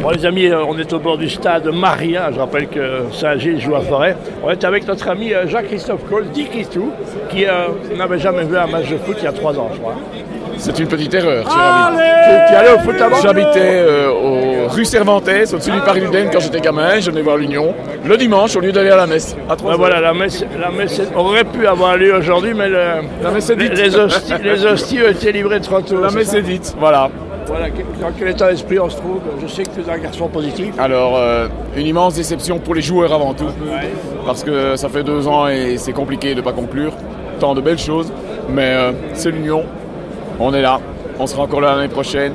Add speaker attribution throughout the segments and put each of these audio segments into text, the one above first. Speaker 1: Bon les amis, euh, on est au bord du stade Maria, je rappelle que Saint-Gilles joue à Forêt. On est avec notre ami euh, Jacques-Christophe Cole, dit Christou, qui euh, n'avait jamais vu un match de foot il y a trois ans, je crois.
Speaker 2: C'est une petite erreur, cher ami.
Speaker 1: Tu, tu es allé au foot avant
Speaker 2: J'habitais euh, au rue Cervantes, au-dessus du Paris Ludaine quand j'étais gamin, je venais voir l'Union. Le dimanche, au lieu d'aller à la messe. Ben À
Speaker 1: Ouais,
Speaker 2: trois
Speaker 1: voilà, la messe, la messe aurait pu avoir lieu aujourd'hui, mais le-
Speaker 2: La messe est
Speaker 1: les,
Speaker 2: dite.
Speaker 1: les hosties, les hosties ont été livrées trop tôt.
Speaker 2: La
Speaker 1: c'est
Speaker 2: messe
Speaker 1: ça
Speaker 2: est dite, voilà.
Speaker 1: Voilà, que- dans quel état d'esprit on se trouve Je sais que tu es un garçon positif.
Speaker 2: Alors, euh, une immense déception pour les joueurs avant tout. Parce que ça fait deux ans et c'est compliqué de ne pas conclure. Tant de belles choses. Mais euh, c'est l'Union. On est là. On sera encore là l'année prochaine.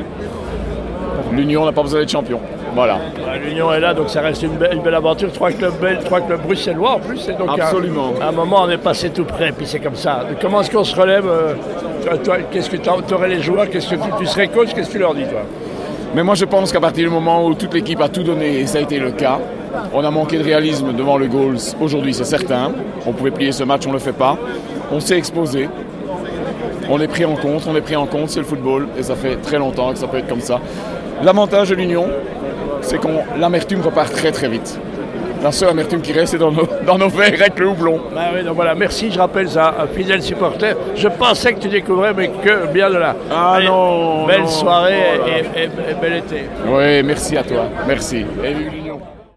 Speaker 2: L'Union n'a pas besoin d'être champion. Voilà.
Speaker 1: Voilà, Ah, L'Union est là, donc ça reste une belle, une belle aventure. Trois clubs belges, trois clubs bruxellois en plus. Et donc, à-
Speaker 2: Absolument.
Speaker 1: À, un moment, on est passé tout près, puis c'est comme ça. Comment est-ce qu'on se relève euh, toi- toi, Qu'est-ce que tu aurais les joueurs Qu'est-ce que tu, tu serais coach Qu'est-ce que tu leur dis, toi
Speaker 2: Mais moi je pense qu'à partir du moment où toute l'équipe a tout donné, et ça a été le cas, on a manqué de réalisme devant le goal aujourd'hui, c'est certain. On pouvait plier ce match, on ne le fait pas. On s'est exposé. On est pris en compte, on est pris en compte, c'est le football, et ça fait très longtemps que ça peut être comme ça. L'avantage de l'Union, c'est qu'on l'amertume repart très très vite. La seule amertume qui reste, c'est dans nos, dans nos verres avec le houblon.
Speaker 1: Bah oui, donc voilà, merci, je rappelle ça, un fidèle supporter. Je pensais que tu découvrais, mais que bien de là.
Speaker 2: Ah non,
Speaker 1: Belle
Speaker 2: non.
Speaker 1: soirée
Speaker 2: Oh là là.
Speaker 1: et- et- et bel été.
Speaker 2: Oui, merci à toi, merci. Et vive l'Union.